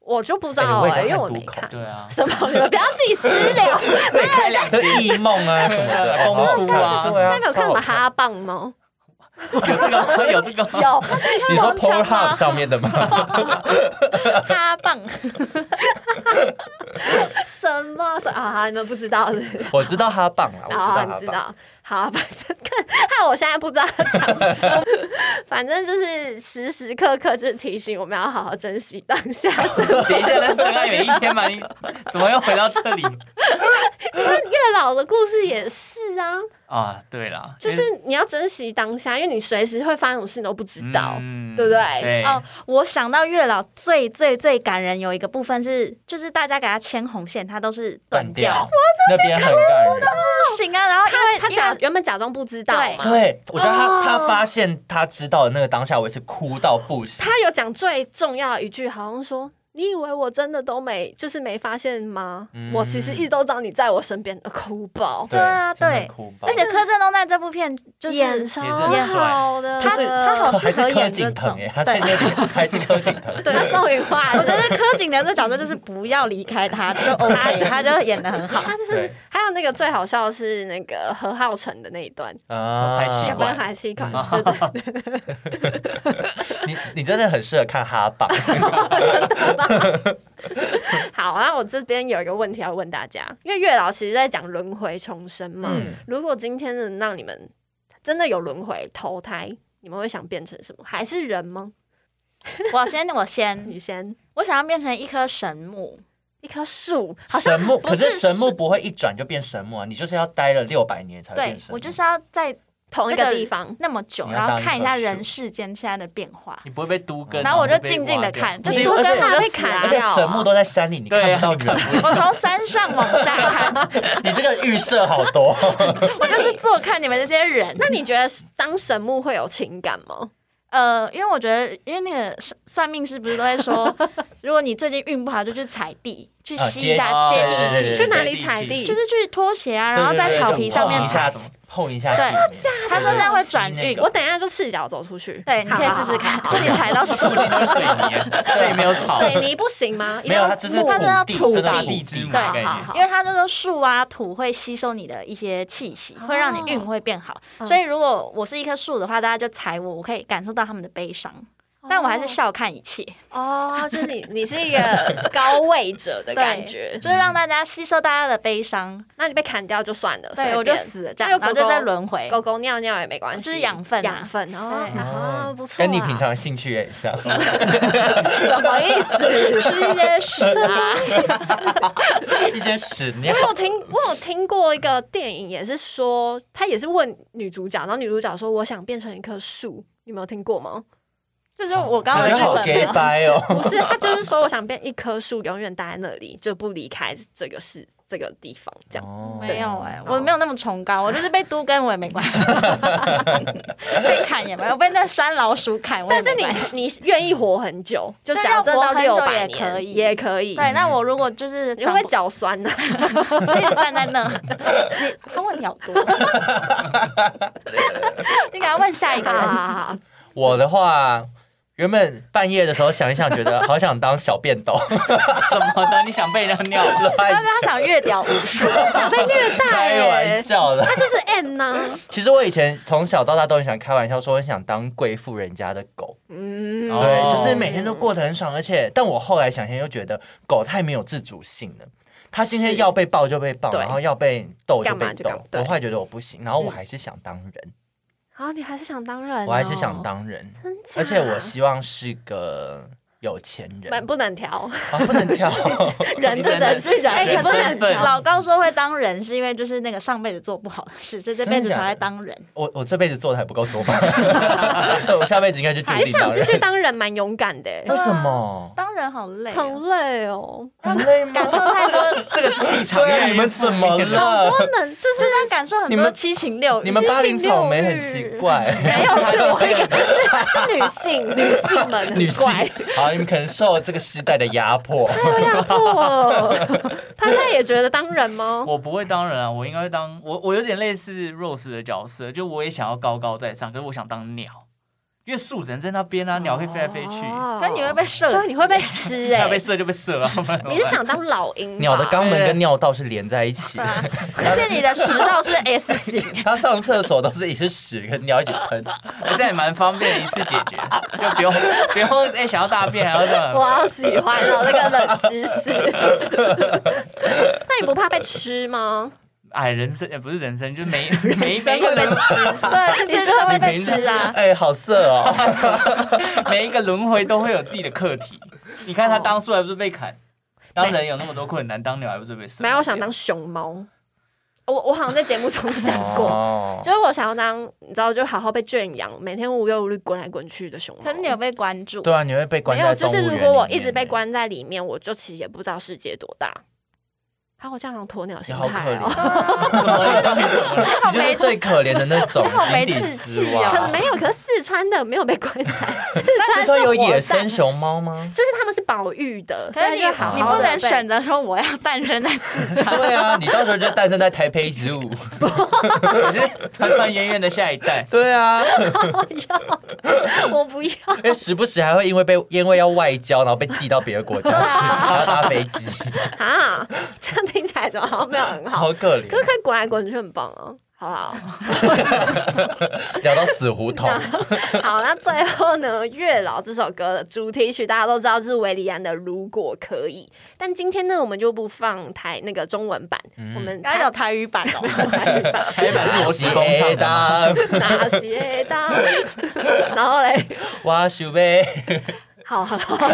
我就不知
哎
道
我也
了，
在
因为
看
我没
渡口
看。
对啊，
什么？你们不要自己私 聊。
再开两
的异梦啊什么的，
对
哦
功夫啊
对
那
啊，
你们有看什么
超好
哈棒吗？
有这个吗？有这个吗？
有
你说
王强吗
Pornhub 上面的吗？
他棒，
什么？什啊？你们不知道是不是？
我知道哈棒啦，我知道
哦
哈
你知
棒。
道。好，反正看，害我现在不知道要讲什么。反正就是时时刻刻就是提醒我们要好好珍惜当下生活。
等一 下，那啊是真爱每一天嘛？你怎么又回到这里
月老的故事也是啊，
啊？对啦，
就是你要珍惜当下，因为你随时会发生什么事你都不知道。
嗯
对不对
对，
哦，我想到月老最最最感人有一个部分是，就是大家给他牵红线，他都是断
断掉，那边很感人。
不行啊。然后因为
他
因为
假原本假装不知道嘛，
对，我觉得
哦
他他发现他知道的那个当下，我也是哭到不行。
他有讲最重要的一句，好像说你你以为我真的都没就是没发现吗？
嗯
我其实一直都知道你在我身边，呃哭爆，
对啊
真的
对
很酷爆
而且柯震东在这部片就是
演超
也是很帅
好的，
他
就是
他好
还是
适合
柯
演
景
这
腾
种
耶，他在那里还是柯景 腾，
对他宋雨化，
我觉得柯景的这角色就是不要离开他，就 OK，他就演的很好。
他就是
对
还有那个最好笑的是那个何浩晨的那一段，
啊
拍戏
要
习
不
惯
然还是一款，
嗯
对对对
你你真的很适合看哈巴，
好，那我这边有一个问题要问大家，因为月老其实在讲轮回重生嘛，
嗯
如果今天能让你们真的有轮回投胎，你们会想变成什么？还是人吗？
我先，我先，
你先
我想要变成一棵神木，
一棵树，好像
神木，
不
可是
是
神木不会一转就变神木啊，你就是要待了六百年才会
对
变神木。
我就是要在
同一
这
个
个
地方。
那么久，
你要
然后
当一
看一
棵
下
树
人世间现在的变化。
你不会被都跟，
然后我就
然被
静静的
挖掉
看，就
而且
是多
而且
跟他
而
被
且
砍
而
掉
且
啊。
神木都在山里，你
对
看
啊
不到人。
我从山上往下 看，
你这个预设好多，
我就是坐看你们这些人。
那你觉得当神木会有情感吗？
呃，因为我觉得，因为那个算算命师不是都在说， 如果你最近运不好，就去踩地，去
啊
吸
接
一下接
对
地
对
气，
哎对
去哪
接地
里
气
踩地？
就是去拖鞋啊， 然后在草皮上面
碰一
踩
下
踩，
碰一下
对
地面。
他说这样会转
对
运
对。
我等一下就赤脚走出去。
对，你可以
好
试试。
好
看
好，好
就你踩到屎
树。林都是水泥， 这里没有草
好，水泥不行吗？一定
没有，
要
它就是
木
它是要
地，
土
真的
地
土
地之母
对
的概
好好
念。
因为它这个树啊土会吸收你的一些气息，会让你运会变好。
哦嗯
所以如果我是一棵树的话，大家就踩我，我可以感受到他们的悲伤，但我还是笑看一切，
嗯
哦，就是你，你是一个高位者
对
的感觉。
就是让大家吸收大家的悲伤。
那你被砍掉就算了，
对，
嗯随
我就
便
死了，这
那
样，
就
然后就
狗狗
再轮回。
狗狗尿尿也没关系，
就是养分啊
养分哦，
对
啊，不错
跟
啊。
哎你平常的兴趣也很像。
什么 意思？
是一些屎 啊，
一些屎尿
我。有听，我有听过一个电影，也是说他也是问女主角，然后女主角说我想变成一棵树，你没有听 过吗？
就是我刚刚
感
的
觉好
剧
gay
本嘛。
掰 哦！
不是，他就是说我想变一棵树，永远待在那里，就不离开这个世这个地方，这
哦
样
没有
啊
哎、
对
我没有那么崇高，我就是被都跟我也没关系，被砍也没有，被那山老鼠砍我也
但是
没关系。
你你愿意活很久，就
对
假设
要活
到
很久
六百
也
年
可以
也可以。
对，那我如果就是
你会
长
不会
不
脚酸呢、
他一直站在那，你他问题好多，你给他问下一个人。
啊？
我的话，原本半夜的时候想一想，觉得好想当小便 斗，
什么的？你想被人家尿？
要
乱
不要想 越屌？
小被虐待、
开玩
欸，
笑的。
他就是 M 呢。
其实我以前从小到大都很喜欢开玩笑，说很想当贵妇人家的狗，
嗯，
哦
对，就是每天都过得很爽。而且，但我后来想想又觉得狗太没有自主性了。它今天
是
要被抱就被抱，
对
然后要被逗就
干嘛
被
就干
逗
嘛。对
我后来觉得我不行，然后我
嗯
还是想当人，
啊，你还是想当人、
我还是想，当人，
真假
而且我希望是个有钱人。
啊蛮不能调，
啊，不能跳，
人这人是人，
哎，
谁
你
可
不
身份
是
能
老高说会当人，是因为就是那个上辈子做不好的事，就这辈子才会当人。
我我这辈子做的还不够多吧？ 我下辈子应该就注
哎你
定当
想继
人。
续当人蛮勇敢的、欸
为什么？
当人好
啊
累哦，
很累哦，
很累吗？
感受太多，
这个气场
对
越来
啊，
越
你们怎么
负面？
了？
不能就
就是
是
要感受很
你
多
们
七情六欲。
你们巴黎草莓很
七
奇
情六欲
怪，
没有是我一个是是女性女性们很
女性
怪，
好，你们可能受了这个时代的压迫。
太有压迫了。潘潘也觉得当人吗？
我不会当人啊，我应该会当我我有点类似 Rose 的角色，就我也想要高高在上，可是我想当鸟，因为树人在那边啊，鸟会飞来飞去，
哦
但你会被射，
对，你会 被吃哎、
要被射就被射啊。不然怎么
你是
办
想当老鹰吧？
鸟的肛门
对
跟尿道是连在一起
对
的，
啊，而且你的食道是 S 型，
它上厕所都是也是屎跟尿一起喷。
哎 这样也蛮方便，一次解决，就不用不用哎、想要大便还要这
我
样。
好喜欢哦，那个冷 知识。那你不怕被吃吗？
哎，人生也、不是人生，就是每每一
人
每
生
一个
会被
轮
吃，
对，就是会被被吃啊。
哎，好色 哦！
每一个轮回都会有自己的课题。你看他当初还不是被砍，当人有那么多困难，当鸟还不是被射？
没有，我想当熊猫。我我好像在节目中讲过，
哦
就是我想要当，你知道，就好好被圈养，每天无忧无虑滚来滚去的熊猫
可。是你有被关注，
对啊，你会被关
没
在
有，就
动物园
是
里
如
面。欸
果我一直被关在里面，我就其实也不知道世界多大。啊，我这样好像鸵鸟
你
心
好可
态
怜啊
哦。
啊
哦， 你就是最可怜的那 种
好没
井底
志
之
气
蛙。
啊
可能没有，可是四川的没有被关起来，四
是
川
说
是
有
活
野
在
生，熊猫吗？
就是他们是保育的，所
可是
以
你
就好好
你不
地
能
被
选择说我要诞生在四 川，
对啊，你到时候就诞生在台北 zoo。，
可是团团圆圆的下一代
对啊，
我不要。
因为哎时不时还会因为被因为要外交，然后被寄到别的国家 去，还要搭飞机，
啊，这样听起来怎么好像没有很好？
好可怜啊
可。是可以滚来滚去很棒哦、好啦，
聊到死胡同，
好，那 最后呢，《月老》这首歌的主题曲大家都知道，就是维里安的《如果可以》，但今天呢，我们就不放台那个中文版，我们
然后有台语版哦。
台 语版。
台版是我时工唱的吗。
的。
那些 当，然后嘞，
哇，鼠呗，
好好 好，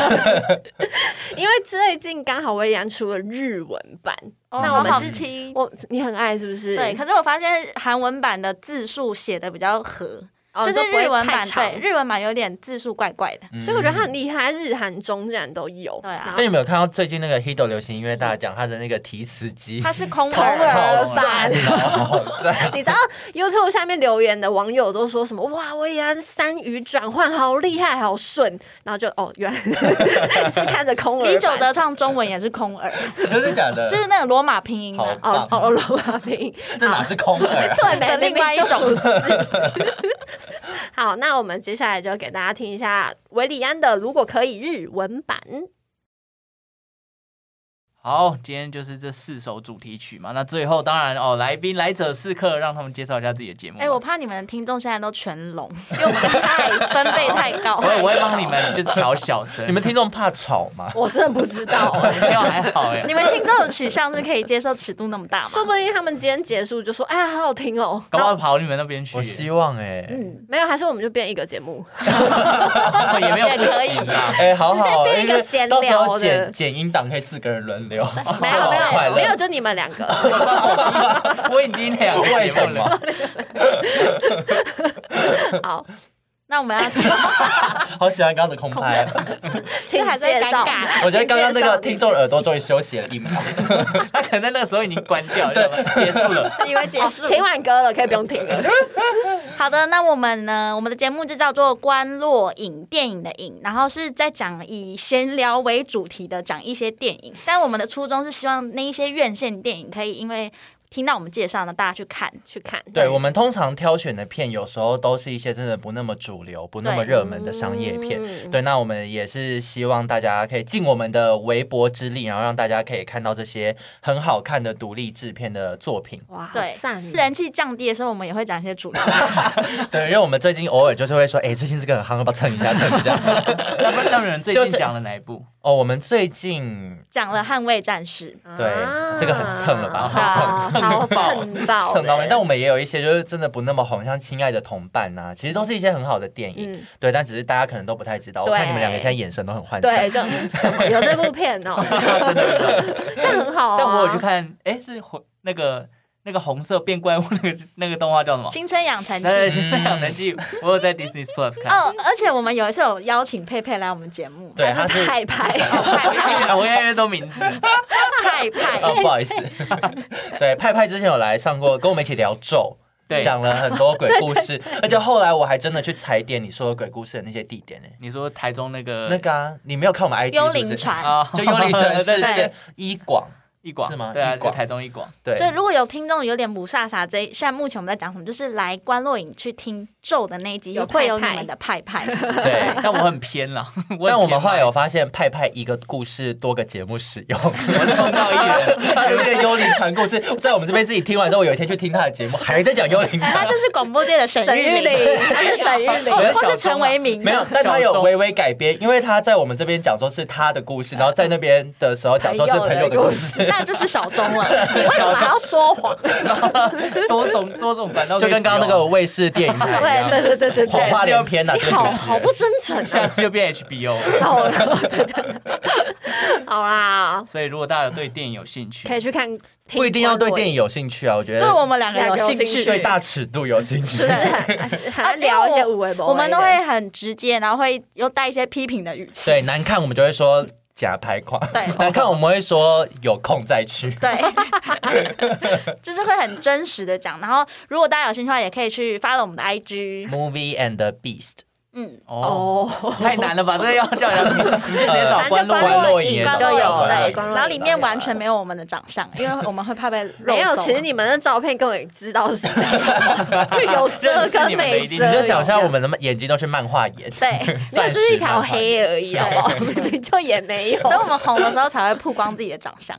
因为最近刚好维里安出了日文版，那我们
只
之
听
我你很爱是不是？
对，可是我发现韩文版的字数写的比较合，
哦
就
你说
是
不会
日文
太
版
长
对
嗯
日文版有点字数怪怪的。
所以我觉得他很厉害，日韩中竟然都有。
对啊
然后
但你们有看到最近那个 Hido 流行音乐大奖，他的那个提词 机，
它是空
空耳
耳
版，
好赞，
你知道 YouTube 下面留言的网友都说什么？哇，维也安三语转换好厉害，好顺。然后就哦，原来 是看着空耳版。
李玖哲唱中文也是空 耳，
真的假的
就？是那个罗马拼音啊
好
的。
哦
棒，
哦，罗马 拼音
那哪是空耳 啊？
对，没
的
明
另
明
外一
就
种
不是。好，那我们接下来就给大家听一下维里安的《如果可以》日文版。
好，今天就是这四首主题曲嘛。那最后当然哦，来宾来者是客，让他们介绍一下自己的节目吧。
哎、我怕你们的听众现在都全聋，因为我们的太分贝太高。
我我会帮你们就是调小声。
你们听众怕吵吗？
我真的不知道、欸
没有还好哎
你，们听众的取向是可以接受尺度那么 大吗？
说不定他们今天结束就说：“哎呀，好好听哦。”嗯
搞不好跑你们那边去
我，希望哎，
没有，还是我们就变一个节目。
也没有不行啊啦。
哎，好好，
直接变一
因
个
为
闲聊
到
的
时候剪剪音档可以四个人轮流，
没有 没
好快
有
乐
没有，就你们两个。
我已经两个
为
节
什
目了，
么？
好，
那我们要请
好喜欢刚刚的空拍啊，
请
还在
介
尴
绍。
尬
我觉得刚刚那个
请介绍你自己
听众耳朵终于休息了一秒。
他可能在那个时候已经关掉，对，结束 了。
以为结束
听完歌了，可以不用听了。
好的，那我们呢？我们的节目就叫做《观落影》，电影的影，然后是在讲以闲聊为主题的，讲一些电影。但我们的初衷是希望那一些院线电影可以因为听到我们介绍呢，大家去看。
去看，
对我们通常挑选的片，有时候都是一些真的不那么主流、不那么
对
热门的商业片。
嗯
对，那我们也是希望大家可以尽我们的微薄之力，然后让大家可以看到这些很好看的独立制片的作品。
哇，
对
好赞哦！
人气降低的时候，我们也会讲一些主流。
对，因为我们最近偶尔就是会说，哎、最近这个很夯，要不要蹭一下蹭一下？
那不那你们最
就
近
是
讲了哪一部？
哦，我们最近
讲了《捍卫战士
对
啊
这个很蹭了吧
啊
很蹭
超
蹭爆
蹭到的，
蹭到位，但我们也有一些就是真的不那么红，像《亲爱的同伴》呐，其实都是一些很好的电影。
嗯，
对，但只是大家可能都不太知道。我
对
看你们两个现在眼神都很涣 散。
对，就什么有这部片哦，真的，这样很好啊。
但我有去看，哎，是红那个那个红色变怪物那个那个动画叫什么
《？青春养成记
对，》
记
是《养成记》，
嗯
我有在 Disney Plus 看。
哦，而且我们有一次有邀请佩佩来我们节目，
对，
还
他
是
是
太拍，
哦
我越 我越来越多名字，
派派
哦，不好意 思，对，派派之前有来上过，跟我们一起聊咒。
对
讲了很多鬼故 事，而且后来我还真的去踩点你说的鬼故事的那些地点呢、
你说台中那个
那个啊，你没有看我们 IG
幽
是不
灵
是
船。
啊，
就幽灵 船事件
对
一广，
一广
是吗
对啊，
一广
就台中一广。
对，
所以如果有听众有点不飒飒，这一现在目前我们在讲什么，就是来观落影去听咒的那一集，
有
有会有你
派派
们的派派。
对。
但我很偏 啦，
但我们后
会
来有发现，派派一个故事多个节目使 用，
碰到一人，
他的那个幽灵船故事，在我们这边自己听完之后，我有一天去听他的节目，还在讲幽灵
他
哎
船
就。是广播界的沈
沈
玉
玉
琳，
玲，他是沈玉玲
没有，
或
小钟
是陈
啊
为民，
没有，但他有微微改编，因为他在我们这边讲说是他的故事，然后在那边的时候讲说是朋友的故事，
那就是小钟 了。
你为什么还要说谎？
多种多种管道可
就
以
跟刚刚那
使
个
用，
卫视电影台一
对
样，
对对对
谎
对，
话连篇呐、啊，
你
这个
好
主持
好
人
不真 诚
下
啊！
次就变 HBO 了。
好了，对对，好啦，
所以如果大家有对电影有兴趣，
可以去看，
不一定要对电
影，
影有兴趣啊，我觉得
对我们两个
两
有
个有
兴
兴
趣，
趣
对大尺度有兴趣
就是。很很聊一些无为，
我们都会很直接，然后会又带一些批评的语气。
对，难看我们就会说假拍垮。
对
难看我们会说有空再去。
对， 就是会很真实的讲。然后，如果大家有兴趣的话，也可以去发了我们的 IG。
Movie and the Beast，
嗯，
哦，，太难了吧？这个要叫 人，你就直接
呃
找关洛
反正
吧
就关洛影
就有
关洛
对
影，
然后里面完全没
有。
有我们的长相，因为我们会怕 被肉啊
没有，
搜
其实你们的照片根本知道 是谁，有 遮跟
认识
没
你们的一定
遮。
是
你
对
就想象我们的眼睛都是漫画眼，
对，
没有，
钻
就
石
是一条
漫画眼。
黑而已，好 不好？明明就也没有。
等我们红的时候才会曝光自己的长相。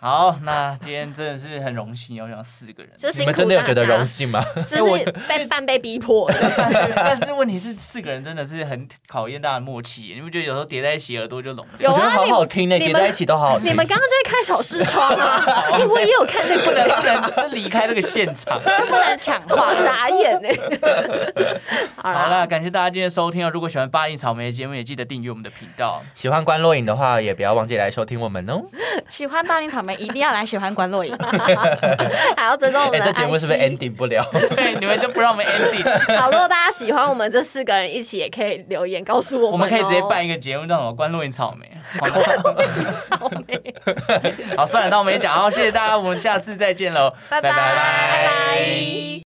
好，那今天真的是很荣幸，有有四个人。
就
你
辛苦
们真的有觉得荣
大家，
幸吗？
就是被半被逼迫的。
但是问题是，四个人真的是很考验大家的默契。你不觉得有时候叠在一起耳朵就聋掉？
有
我觉得
啊，
好
你
好听呢，
你
叠
们
在一起都好好听。
你们刚刚就在开小视窗 啊？因为我也有看那
不能
个，
不能就离开这个现 场。
就不能抢话
我。傻眼 呢。
好
好啦
啦，，感谢大家今天的收听哦。如果喜欢巴黎草莓的节目，也记得订阅我们的频道。
喜欢关洛影的话，也不要忘记来收听我们哦。
喜欢巴黎草莓，一定要来喜欢关洛影。
还要追踪我
哎，
们
这
的
节目是不是
IG
ending 不了？
对，你们就不让我们 ending，
好，如果大家喜欢我们这四个人一起，也可以留言告诉我们哦。
我们可以直接办一个节目，叫什么“关录音草莓”。
草 莓。
好，算了，那我们也讲，好，谢谢大家，我们下次再见喽，
拜拜
拜
拜
拜
拜。